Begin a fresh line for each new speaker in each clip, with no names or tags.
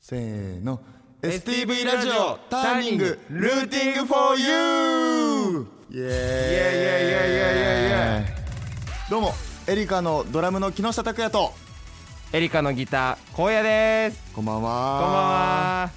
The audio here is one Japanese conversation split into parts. せーの STV ラジオターニングルーティングフォーユーイエーイイエーイイエーイイエーイイエーイどうもエリカのドラムの木下拓也と
エリカのギター高野です
こんばんは
こんばんは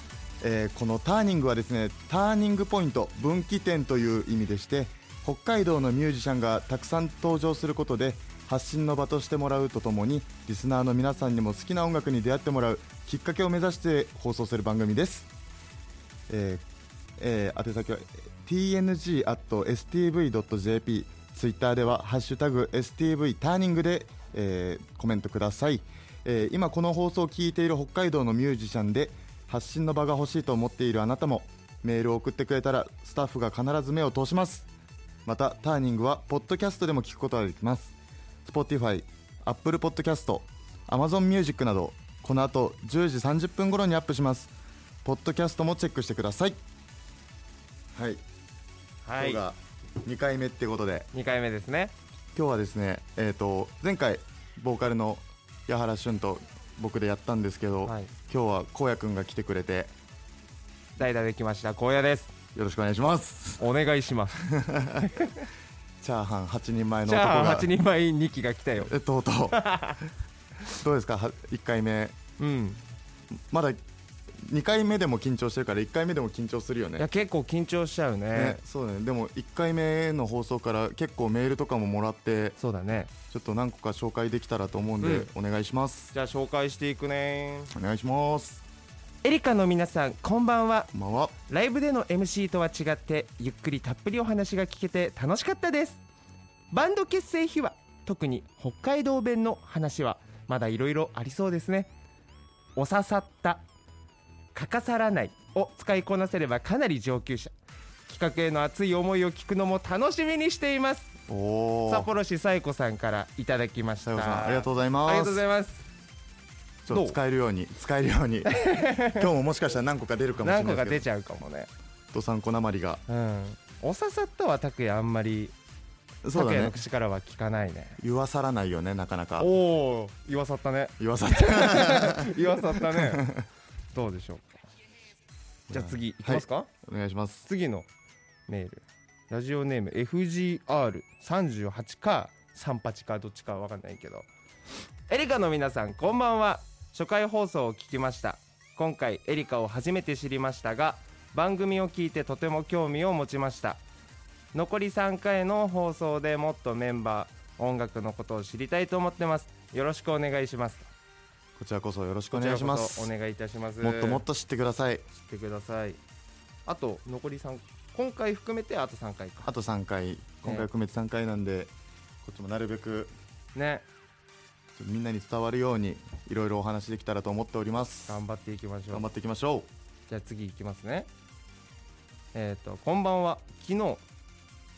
えーこのターニングはですねターニングポイント分岐点という意味でして北海道のミュージシャンがたくさん登場することで発信の場としてもらうとともにリスナーの皆さんにも好きな音楽に出会ってもらうきっかけを目指して放送する番組です、えーえー宛先は tng.stv.jp ツイッターでは「ハッシュタグ #stv ターニングで」えーコメントください、えー今この放送を聞いている北海道のミュージシャンで発信の場が欲しいと思っているあなたもメールを送ってくれたらスタッフが必ず目を通しますまたターニングはポッドキャストでも聞くことができます Spotify、Apple Podcast、Amazon Music などこの後10時30分頃にアップしますポッドキャストもチェックしてくださいはい
は
今日
い
が2回目ってことで
2回目ですね
今日はですね、えー、と前回ボーカルの矢原俊と僕でやったんですけど、
はい
今日はこうやくんが来てくれて
代打できました高野です
よろしくお願いします
お願いします
チャーハン8人前の
じ
男
ゃあ
が
8人前2期が来たよ
えとうと うどうですか1回目
うん
まだ2回目でも緊張してるから1回目でも緊張するよ
いや
ね
結構緊張しちゃうね
ねそうねでも1回目の放送から結構メールとかももらって
そうだね
ちょっと何個か紹介できたらと思うんで、お願いします
じゃあ紹介していくね
お願いします
エリカの皆さんこんばんは
こんばんは
ライブでの MC とは違ってゆっくりたっぷりお話が聞けて楽しかったですバンド結成秘話特に北海道弁の話はまだいろいろありそうですねおささった欠かさらないを使いこなせればかなり上級者企画への熱い思いを聞くのも楽しみにしています
おお
札幌市さえこさんからいただきまし
さ
た
よさんありがとうござい
ありが
ま
とうご
す
ざいます
ちょっと使えるように使えるよ うに今日ももしかしたら何個か出るかもしれ
何
な
個
いで
か
すけ
出
ど
ちゃうかもね
ドサンコなまりが
うんおささったは拓也あんまり
そうだ
拓也の
ね
口からは聞かないね
言わさらないよねなかなか
おお言わさったね
言わさって
言わさったねどうでしょうかじゃあ次いきますか、
お願いします
次のメールラジオネーム FGR38 か38かどっちかわかんないけどエリカの皆さんこんばんは初回放送を聞きました今回エリカを初めて知りましたが番組を聞いてとても興味を持ちました残り3回の放送でもっとメンバー音楽のことを知りたいと思ってますよろしくお願いします
こちらこそよろしくお願いしま
こち
す
らこそお願いいたします
もっともっと知ってください
してくださいあと残り3今回含めてあと3回か
あと3回今回含めて3回なんで、こっちもなるべく
ね
みんなに伝わるようにいろいろお話できたらと思っております
頑張っていきましょう
頑張っていきましょ
じゃあ次いきますねえっ、とこんばんは昨日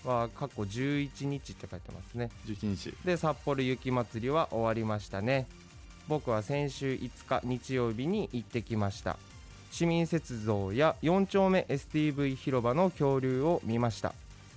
は過去11日って書いてますね
う11日
で札幌雪まつりは終わりましたね僕は先週5日日曜日に行ってきました市民雪像や4丁目 STV 広場の恐竜を見ました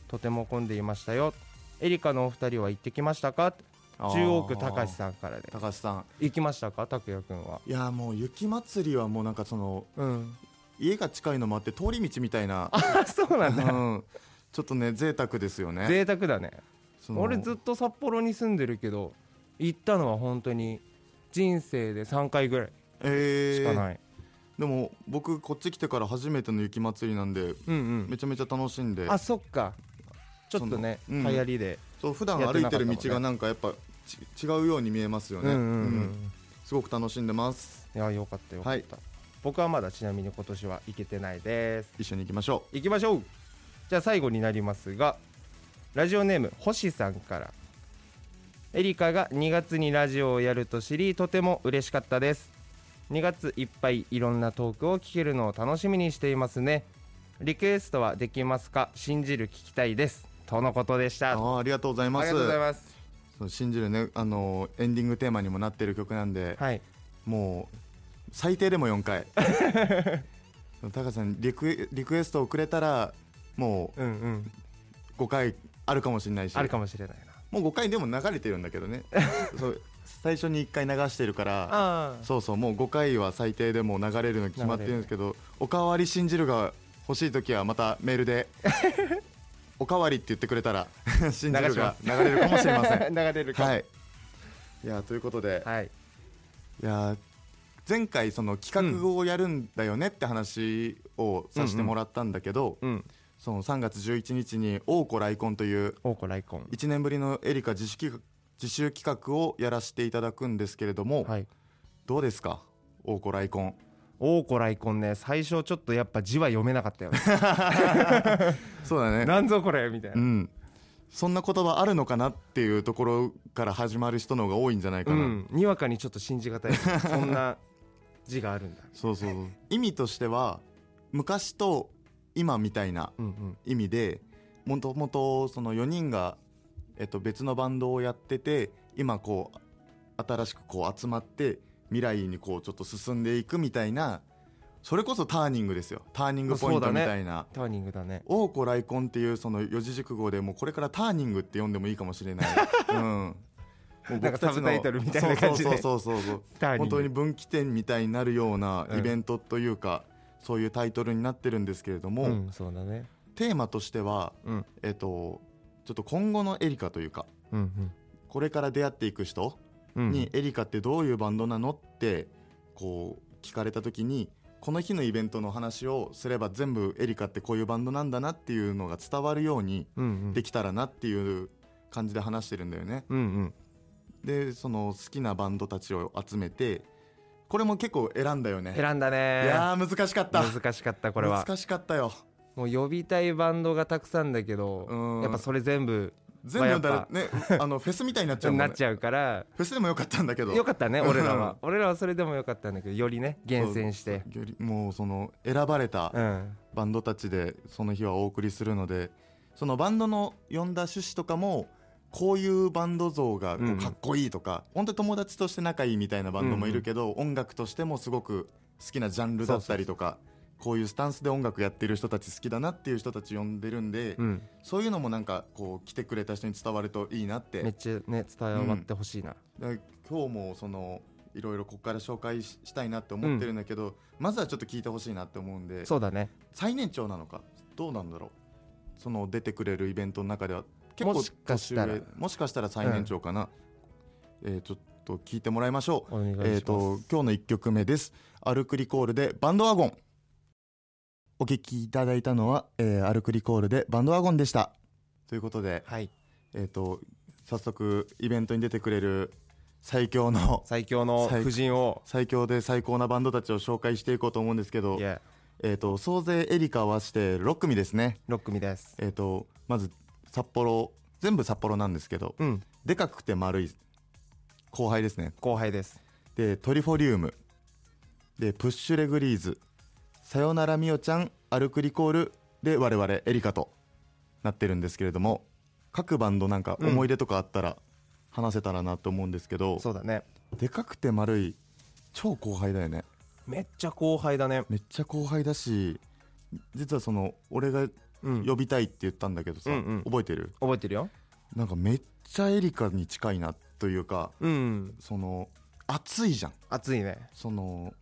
とても混んでいましたよエリカのお二人は行ってきましたか
あー
中央区高橋さんからで
高橋さん
行きましたか拓也くんはい
やもう雪まつりはもうなんかその
うん
家が近いのもあって通り道みたいな、
あそうなん
う
だ
ん、ちょっとね贅沢ですよね
贅沢だね
その
俺ずっと札幌に住んでるけど行ったのは本当に人生で3回ぐらい
え
し
ー
かない、
でも僕こっち来てから初めての雪まつりなんで
うん
めちゃめちゃ楽しんで
うんあそっかちょっとね、
そのうん
流行りで、
そう普段歩いてる道がなんかやっぱち違うように見えますよね、
うんうんうん
うんすごく楽しんでます
いやよかったよか
は
っ
い
た、僕はまだちなみに今年は行けてないです
一緒に行きましょ
行きましょうじゃあ最後になりますがラジオネーム星さんからエリカが2月にラジオをやると知りとても嬉しかったです2月いっぱいいろんなトークを聞けるのを楽しみにしていますねリクエストはできますか信じる聞きたいですとのことでし
う
たあ
あーありがとうござい
り
ま
が
す
とうございます
そう信じるねあのーエンディングテーマにもなってる曲なんで、
はい
もう最低でも4回 高橋さんリクエリクエストをくれたらも
うんうん
う5回あるかもしれないし
あるかもしれないな
もう5回でも流れてるんだけどねそう最初に1回流してるから
あ
そうそうもう5回は最低でもう流れるの決まってるんですけど「おかわり信じる」が欲しい時はまたメール で「おかわり」って言ってくれた ら信じるが流れるかもしれません
あ流れるか
はいいやということで、
はい
いやー前回その企画をやるんだよねって話をさせてもらったんだけど、
うん
その3月11日に「王子来婚」という
王子ライコン
1年ぶりのエリカ自主企画自主企画をやらせていただくんですけれども、
はい
どうですか王子来婚
王子ライコンね最初ちょっとやっぱ字は読めなかったよね
そうだね
なんぞこれみたいな
うんそんな言葉あるのかなっていうところから始まる人の方が多いんじゃないか
う
な、
んにわかにちょっと信じがたいそんな字があるんだ
そうそうそう意味としては昔と今みたいな
うんうん
意味でもともとその4人が、えっと、別のバンドをやってて今こう新しくこう集まって未来にこうちょっと進んでいくみたいなそれこそターニングですよターニングポイン
そ
ト
う
み
だね
たいな。
ターニングだね
王子来婚っていうその四字熟語でもうこれからターニングって読んでもいいかもしれない、う ん、もう
なんかサブタイトルみたいな感じで
そうそうそうそうそう
ターニン
本
グ
当に分岐点みたいになるような
うん
イベントというか、そういうタイトルになってるんですけれども、
うんそうだね
テーマとしては
うん
えっと、ちょっと今後のエリカというか
うん
これから出会っていく人
うんうん
にエリカってどういうバンドなのってこう聞かれた時にこの日のイベントの話をすれば全部エリカってこういうバンドなんだなっていうのが伝わるように
うんうん
できたらなっていう感じで話してるんだよね。
うんうん
でその好きなバンドたちを集めてこれも結構選んだよね。
選んだ
い
ね
やー難しかった
難しかったこれは
難しかったよ。
もう呼びたいバンドがたくさんだけど
うん
やっぱそれ全部
全部だらねあのフェスみたいになっちゃうもん
な
ね
っ。ちゃうから
フェスでもよかったんだけど。
よか ったね俺らは
うん
俺らはそれでもよかったんだけどよりね厳選して
よりもうその選ばれた
うん
バンドたちでその日はお送りするのでそのバンドの呼んだ趣旨とかもこういうバンド像がこ
う
うんかっこいいとか、本当に友達として仲いいみたいなバンドもいるけど、音楽としてもすごく好きなジャンルだったりとかこういうスタンスで音楽やってる人たち好きだなっていう人たち呼んでるんで、
うん
そういうのもなんかこう来てくれた人に伝わるといいなって
めっちゃね伝わってほしいな
だから今日もそのいろいろここから紹介ししたいなって思ってるんだけど、まずはちょっと聞いてほしいなって思うんで
そうだね
最年長なのかどうなんだろうその出てくれるイベントの中では結構
もしかしたら
年上もしかしたら最年長かな、えーちょっと聞いてもらいましょう
お願いします
えっ、と今日の1曲目ですアルクリコールでバンドワゴンお聞きいただいたのは、えーアルクリコールでバンドワゴンでしたということで
はい
えっ、と早速イベントに出てくれる最強 の
最強の
最
夫人を
最強で最高なバンドたちを紹介していこうと思うんですけど
い、や
えー、と総勢エリカ合わせて6組ですね、
6組です
えー、とまず札幌全部札幌なんですけど
うん
でかくて丸い後輩ですね
後輩です
でトリフォリウムでプッシュレグリーズさよならみおちゃんアルクリコールで我々エリカとなってるんですけれども各バンドなんか思い出とかあったら話せたらなと思うんですけど、
そうだね
でかくて丸い超後輩だよね
めっちゃ後輩だね
めっちゃ後輩だし実はその俺が
うん
呼びたいって言ったんだけどさ、
うんうん
覚えてる
覚えてるよ
なんかめっちゃエリカに近いなというか
うん
その熱いじゃん
熱いね
その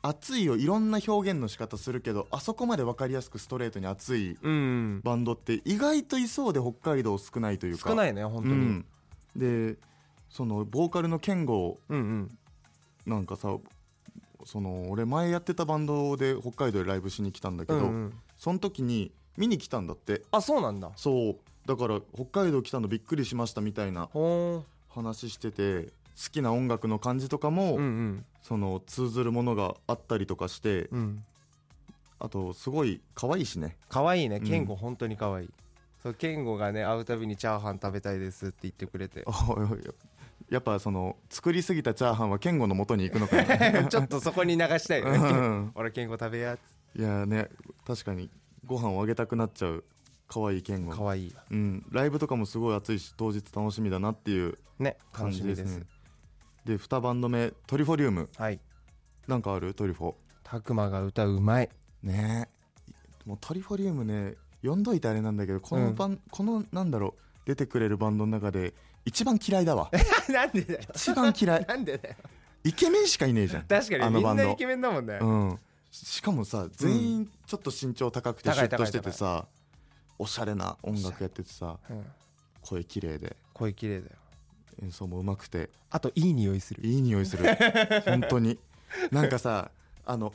熱いをいろんな表現の仕方するけどあそこまで分かりやすくストレートに熱い
うん
バンドって意外といそうで北海道少ないというか
少ないいね本
本
当
当
に
に、
うん
でそのボーカルの健吾
うん
なんかさその俺前やってたバンドで北海道でライブしに来たんだけ
う
ど、
んうん
その時に見に来たんだって
あそうなんだ
そうだから北海道来たのびっくりしましたみたいな
ほ
話してて好きな音楽の感じとかも、
ーうんうん
その通ずるものがあったりとかして
うん
あとすごい可愛いしね
可愛いね
うん
健吾本当に可愛いそう健吾がね会うたびにチャーハン食べたいですって言ってくれ て
おいおいおいやっぱその作りすぎたチャーハンは健吾の元に行くのか な
ちょっとそこに流したいよ
う
ね
ん
俺健吾食べやっつって
いやね確かにご飯をあげたくなっちゃう可愛い健吾
可愛い
うんライブとかもすごい熱いし当日楽しみだなっていう
ね
感
楽
じ
し
で
み
す
で
ね
す
で2バンド目トリフォリウム
はい
なんかあるトリフォ
たくまが歌うまい
ねえもうトリフォリウムね呼んどいてあれなんだけどこのバン、このなんだろう出てくれるバンドの中で一番嫌い だわ
なんでだよ
一番嫌い
なんでだよ
イケメンしかいねえじゃん
確か
あ
に
の
み
バ
ん
ン
な
ド
イケメンだもんね、
うん、しかもさ全員ちょっと身長高くてシ
高
ュ
い
ッとしててさおしゃれな音楽やっててさ
うん、
声綺麗で
声綺麗だよ
演奏もうまくて
あといい匂いする
いい匂いす る本当になんかさあの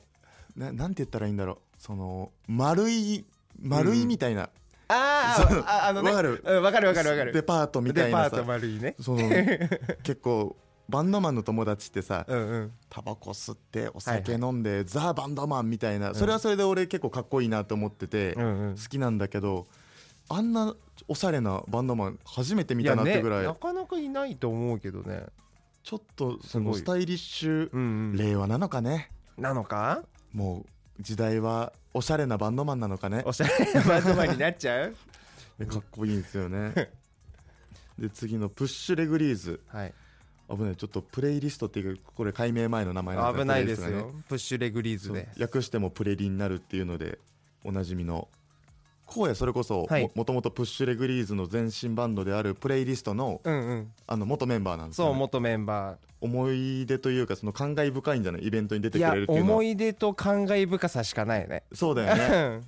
ななんて言ったらいいんだろうその丸い丸いみたいな、
あー
そう
ああのね
わかる
うんわかるわかるわかる
デパートみたい
デ
な
パート
さ
丸いね
その結構バンドマンの友達ってさ
うんうん
タバコ吸ってお酒飲んで、ザ・バンドマンみたいなそれはそれで俺結構かっこいいなと思ってて、
うんうん
好きなんだけどあんなおしゃれなバンドマン初めて見たなってぐらい
やね、なかなかいないと思うけどね
ちょっとそ
す
の
ごい
スタイリッシュ
うん、うん、
令和なのかね
なのか
もう時代はおしゃれなバンドマンなのかね
おしゃれなバンドマンになっちゃう
かっこいいんですよ ねで次の「プッシュレグリーズ
はい」
危ないちょっとプレイリストっていうこれ解明前の名前なん
危ないです
プレイリストが
よプッシュレグリーズ
そう
で
訳してもプレリになるっていうのでおなじみの荒野それこそも,、
はい
ともとプッシュレグリーズの前身バンドであるプレイリストの
うんうん
あの元メンバーなんです
そ
よ
う
ね
元メンバ
思い出というかその感慨深いんじゃないイベントに出
ー
て
い
く
や
れるっていうの
思
はい
出と感慨深さしかないね
そうだ
う
よね
ん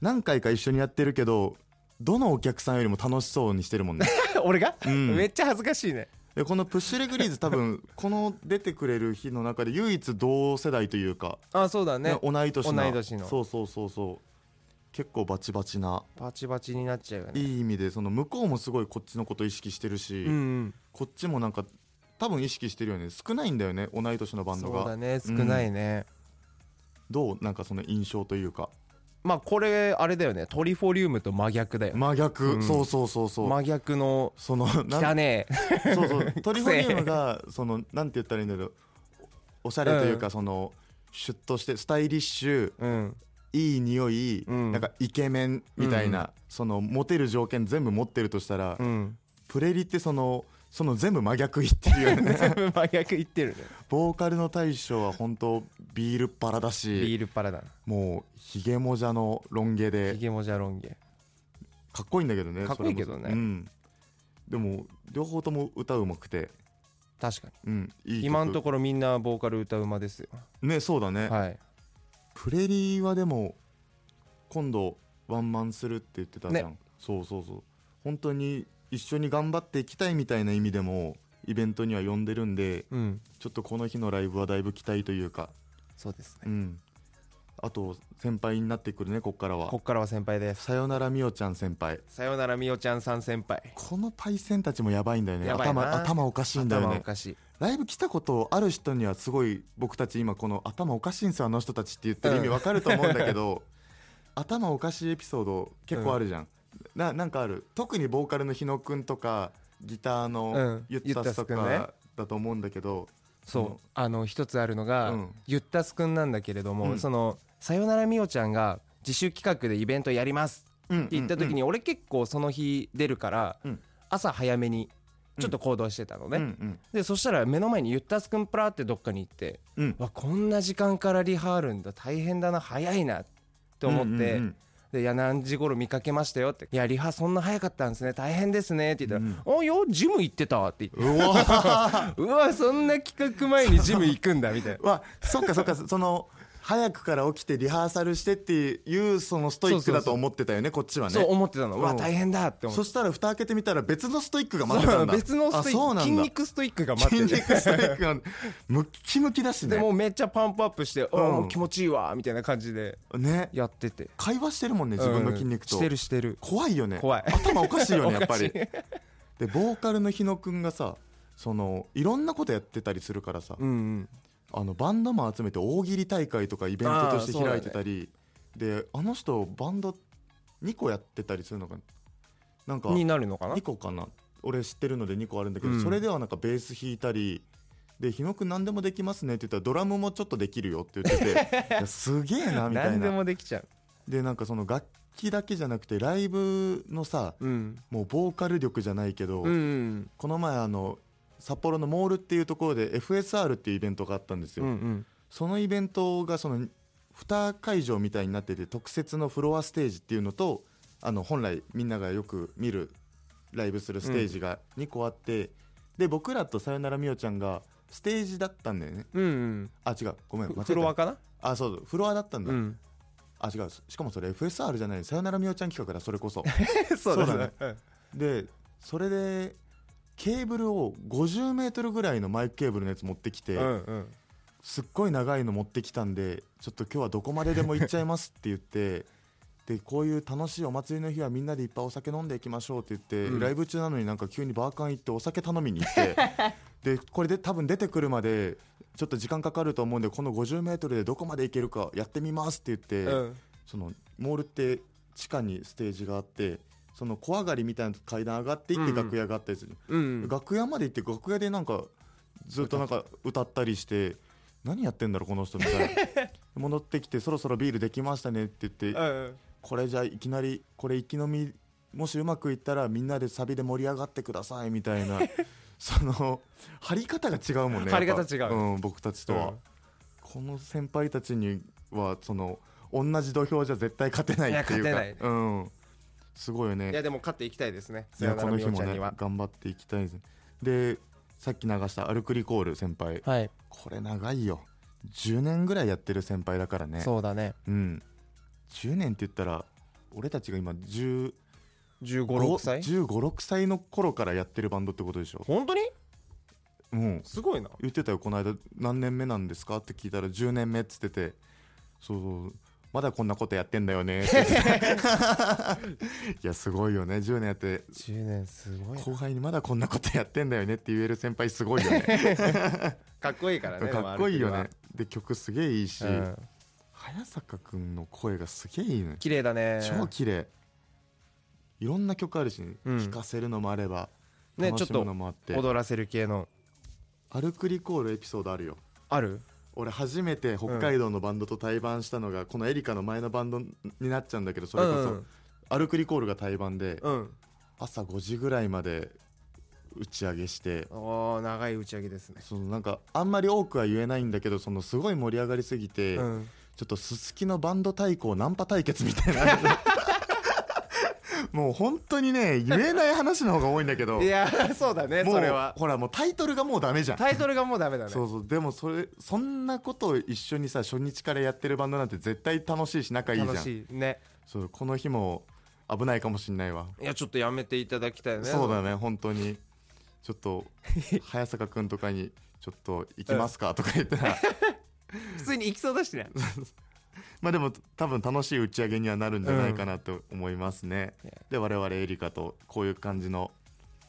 何回か一緒にやってるけどどのお客さんよりも楽しそうにしてるもん ね、
俺が、
うん
めっちゃ恥ずかしいね
でこのプッシュレグリーズ多分この出てくれる日の中で唯一同世代というか、
あそうだね
ね、同い年な
同い年の
そうそうそうそう結構バチバチな
バチバチになっちゃうよね
いい意味でその向こうもすごいこっちのこと意識してるし、
うん
こっちもなんか多分意識してるよね少ないんだよね同い年の
う
バ
ん
ン
そ
ド
う
が、
だね少ないね、
どうなんかその印象というか
まあこれあれだよねトリフォリウムと真逆だよ、ね
真逆、
うん
そうそうそうそう、
真逆の
そのな
汚
ん
ねえ
そうそうトリフォリウムがそのなんて言ったらいいんだろうおおしゃれというか、
う
そのシュッとしてスタイリッシュ
うん
いい匂い、
うん
なんかイケメンみたいな、そのモテる条件全部持ってるとしたら、
うん
プレリってそのその全部真逆いっていうよね
全部真逆いってるね
ボーカルの大将は本当ビールっ腹だし
ビールパラダ
もうひげもじゃのロン毛
ン
で
ヒゲもじゃロン毛
かっこいいんだけどね
かっこいいけどね
それもうん、でも両方とも歌うまくて、
確かに
うん、いい曲
今のところみんなボーカル歌うまですよ
ねそうだね、
はい
プレリーはでも今度ワンマンするって言ってたじゃん、
ね
そうそうそう本当に一緒に頑張っていきたいみたいな意味でもイベントには呼んでるんで
うん
ちょっとこの日のライブはだいぶ期待というか、
そうですね
うん、あと先輩になってくるねこっからは
こっからは先輩です
さよならみおちゃん先輩
さよならみおちゃんさん先輩
このパイセンたちもやばいんだよね
やばいな
頭頭おかしいんだよ
頭お
ね
かしい
ライブ来たことある人にはすごい僕たち今この頭おかしいんすよあの人たちって言ってる意味
うん
わかると思うんだけ ど、頭おかしいエピソード結構あるじゃん、ななんかある特にボーカルの日野くんとかギター
う
の
ん
ゆったすと
ゆったすくんね
かだと思うんだけど、
そう、
うん
あの一つあるのが、
うん
ゆったすくんなんだけれども、
うん
その「さよならみおちゃん」が自主企画でイベントやります
うん
って言った時に、俺結構その日出るから、
うん
朝早めにちょっと行動してたのね、
うんうん
でそしたら目の前にゆったすくんプラってどっかに行って
うんうん
わこんな時間からリハあるんだ大変だな早いなって思って、
うんうん
でいや何時頃見かけましたよって「いやリハそんな早かったんですね大変ですね」って言ったら「あいやジム行ってた」って言
うん
って
うわ
「 うわそんな企画前にジム行くんだ」みたいな
わそっかそっかその早くから起きてリハーサルしてっていうそのストイックだと思ってたよねこっちはね
そう思ってたの、うわ
うん
大変だって思っ
そ
て
したら蓋開けてみたら別のストイックが待ってたんだ
そう別のストイ
あ
ッ
そう
ク
な
筋
んだ
肉ストイックが待って
筋
て
肉ストイックがムッキムキだし
で
ね
もうめっちゃパンプアップして「あ
うん
あもう気持ちいいわ」みたいな感じで
ね
やってて
会話してるもんね自分の筋肉と、
うんしてるしてる
怖いよね
怖い
頭おかしいよね やっぱり
おかしい
でボーカルの日野くんがさそのいろんなことやってたりするからさ、
うんうん
あのバンドマン集めて大喜利大会とかイベントとして開いてたりであの人バンド2個やってたりするのかななんか
になるのかな
2個かな俺知ってるので2個あるんだけど、
うん
それではなんかベース弾いたりで日野くん何でもできますねって言ったらドラムもちょっとできるよって言って ていやすげえなみたい
何で
な
もできちゃう
でなんかその楽器だけじゃなくてライブのさ
うん
もうボーカル力じゃないけど、
うんうん
この前あの札幌のモールっていうところで FSR っていうイベントがあったんです
う
よ、
んうん
そのイベントがその2会場みたいになってて特設のフロアステージっていうのとあの本来みんながよく見るライブするステージが2個あって、で僕らとさよならみおちゃんがステージだったんだよね
うんうん
あ違うごめん
フ
間違
フロ
え
アかな
たあそうそうフロアだったんだ、
うん
あ違うしかもそれ FSR じゃないさよならみおちゃん企画だそれこ そ
そう
そう
だ
だ
ね
ねでそれでケーブルを5 0ルぐらいのマイクケーブルのやつ持ってきて、
うんうん
すっごい長いの持ってきたんでちょっと今日はどこまででも行っちゃいますって言って でこういう楽しいお祭りの日はみんなでいっぱいお酒飲んでいきましょうって言って、
うん
ライブ中なのになんか急にバーカン行ってお酒頼みに行って でこれで多分出てくるまでちょっと時間かかると思うんでこの 50m でどこまで行けるかやってみますって言って、
うん
そのモールって地下にステージがあってその小上がりみたいな階段上がっていっ
う
て
ん
楽屋があったりする、
うん
楽屋まで行って楽屋でなんかずっとなんか歌ったりして何やってんだろうこの人みたいな戻ってきてそろそろビールできましたねって言って
うん
これじゃあいきなりこれ生き飲みもしうまくいったらみんなでサビで盛り上がってくださいみたい なその張り方が違うもんねやっぱ
張り方違う
うん、僕たちとは、この先輩たちにはその同じ土俵じゃ絶対勝てないっていうか
いや勝てない
う
ね
ん、すごいよね
いやでも勝っていきたいですね
い
さ
や
よな
この
らみ
日
お
も
ちゃん
ね
には
頑張っていきたいですねでさっき流したアルクリコール先輩
はい
これ長いよ10年ぐらいやってる先輩だからね
うだね
うん10年って言ったら俺たちが今1
1 5
5
六歳
1 5 6歳の頃からやってるバンドってことでしょ
本当に
もう
すごいな
言ってたよこの間何年目なんですかって聞いたら10年目っつっててそうそうまだこんなことやってんだよねって 言っていやすごいよね10年やって
10年すごい
後輩にまだこんなことやってんだよねって言える先輩すごいよ ね
かっこいいからね
かっこいいよ
でも
ねで曲すげえいいし、
アルクルはうん
早坂くんの声がすげえいいね
綺麗だね
超綺麗いろんな曲あるし、ね
うん
聴かせるのもあれば
ね
楽しむのもあって、
踊らせる系の
歩くリコールエピソードあるよ
ある
俺初めて北海道のバンドと対バンしたのが、このエリカの前のバンドになっちゃうんだけどそれこそ、歩くリコールが対バンで、
うんうん
朝5時ぐらいまで打ち上げして
おー長い打ち上げですね
そのなんかあんまり多くは言えないんだけどそのすごい盛り上がりすぎて、
うん
ちょっとすすきのバンド対抗ナンパ対決みたいな もう本当にね言えない話の方が多いんだけど
いや ーそうだね
もう
それは
ほらもうタイトルがもうダメじゃん、
タイトルがもうダメだね
そうそうでもそれそんなことを一緒にさ初日からやってるバンドなんて絶対楽しいし仲いいじゃ
楽
ん
しいね
そうこの日も危ないかもしんないわ、
いやちょっとやめていただきたいね
そうだね本当にちょっと早坂君とかにちょっと行きますかとか言ったら
普通に行きそう だしね
まあでも多分楽しい打ち上げにはなるんじゃないかなと思いますね、
うん
で我々エリカとこういう感じの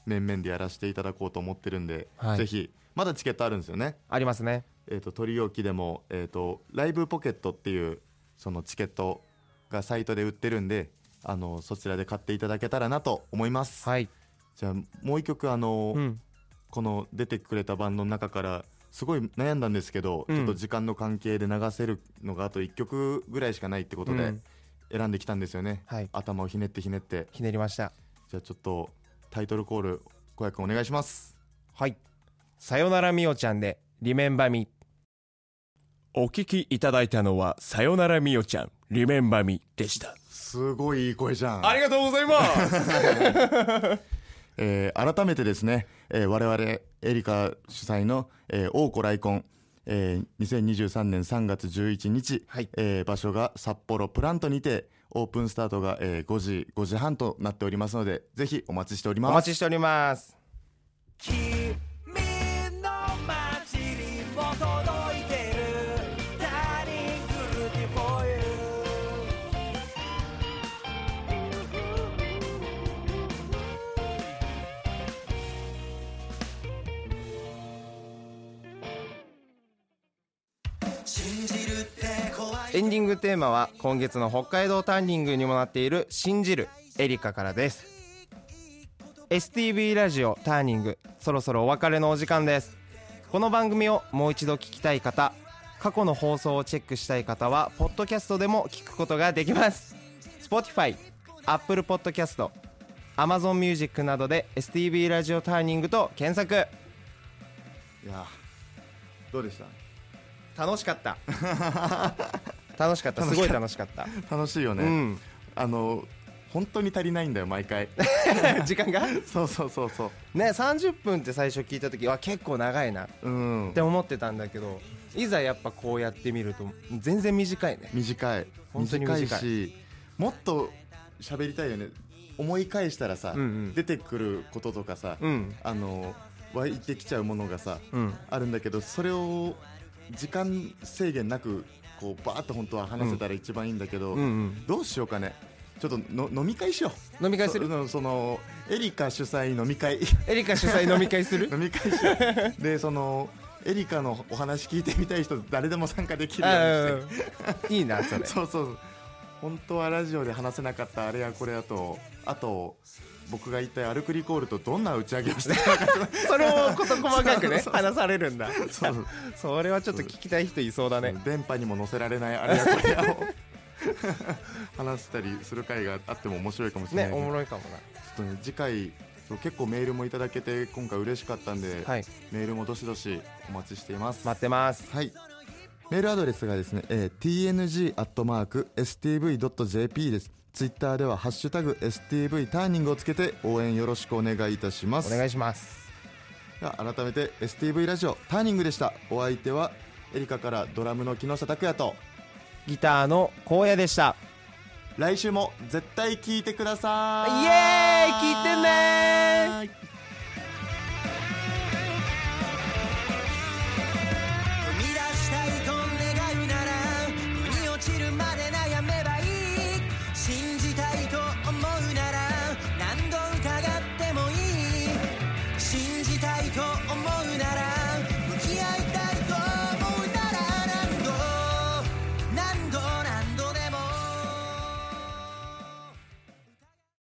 面々でやらせていただこうと思ってるんで、
はい
ぜひまだチケットあるんですよね
ありますね
えー、と取り置きでも、えー、とライブポケットっていうそのチケットがサイトで売ってるんであのそちらで買っていただけたらなと思います、
はい
じゃあもう一曲あの、
うん
この出てくれたバンドの中からすごい悩んだんですけど、
うん
ちょっと時間の関係で流せるのがあと1曲ぐらいしかないってこと
う
で
ん
選んできたんですよね、
はい
頭をひねってひねって
ひねりました
じゃあちょっとタイトルコール小役お願いします
はい。さよならみおちゃんで、リメンバミ。
お聞きいただいたのは、さよならみおちゃん、リメンバミでした。
すごいいい声じゃん
ありがとうございます。
えー改めてですね、えー我々エリカ主催の、えー、王子来婚、えー2023年3月11日、
はい
えー場所が札幌プラントにてオープンスタートが、えー5時5時半となっておりますのでぜひお待ちしており
お
ます
待ちしております。
君の街にも届いてるダーリングルディボー信じるって怖い
エンディングテーマは、今月の北海道タンニングにもなっている、信じる、エリカからです。STV ラジオターニングそろそろお別れのお時間ですこの番組をもう一度聞きたい方過去の放送をチェックしたい方はポッドキャストでも聞くことができます Spotify、Apple Podcast、Amazon Music などで STV ラジオターニングと検索
いやーどうでした
楽しかった 楽しかったすごい楽しかった
楽しいよね、
うん
あの本当に足りないんだよ毎回
時間が
そうそうそうそ
ね30分って最初聞いた時は結構長いなっ
ううん
て思ってたんだけどいざやっぱこうやってみると全然短いね
短い
本当に短い
しもっと喋りたいよね思い返したらさ、
うんうん
出てくることとかさ、
うん
あの湧いてきちゃうものがさ、
うん
あるんだけどそれを時間制限なくこうバーッと本当は話せたら一番いいんだけど、
うんうん
どうしようかねちょっとの飲み会しよう
飲み会する
そそのエリカ主催飲み 会
エリカ主催飲み会する
飲み会しようでそのエリカのお話聞いてみたい人誰でも参加できるようにして
うんいいなそれ
そうそう本当はラジオで話せなかったあれやこれやとあと僕が一体アルクリコールとどんな打ち上げをしてたのか
それを事細かく
そうそ
ね
うそう
話されるんだ
そうそう
それはちょっと聞きたい人いそうだね
電波にも載せられないあれやこれやを 話したりする回があっても面白いかもしれな
ね
い、
お
ち
も
ょ
ろいかも
っとね次回そう結構メールもいただけて今回嬉しかったんで、
なはい
メールもどしどしお待ちしています
待ってます
はい。メールアドレスがですね、えー、tng.stv.jp です。ツイッターでは、ハッシュタグ STV ターニングをつけて応援よろしくお願いいたしま
お
す。
願いします
では改めて STV ラジオターニングでした。お相手は、エリカからドラムの木下拓也と、
ギターの荒野でした
来週も絶対聞いてください
イエーイ聞いてねー
い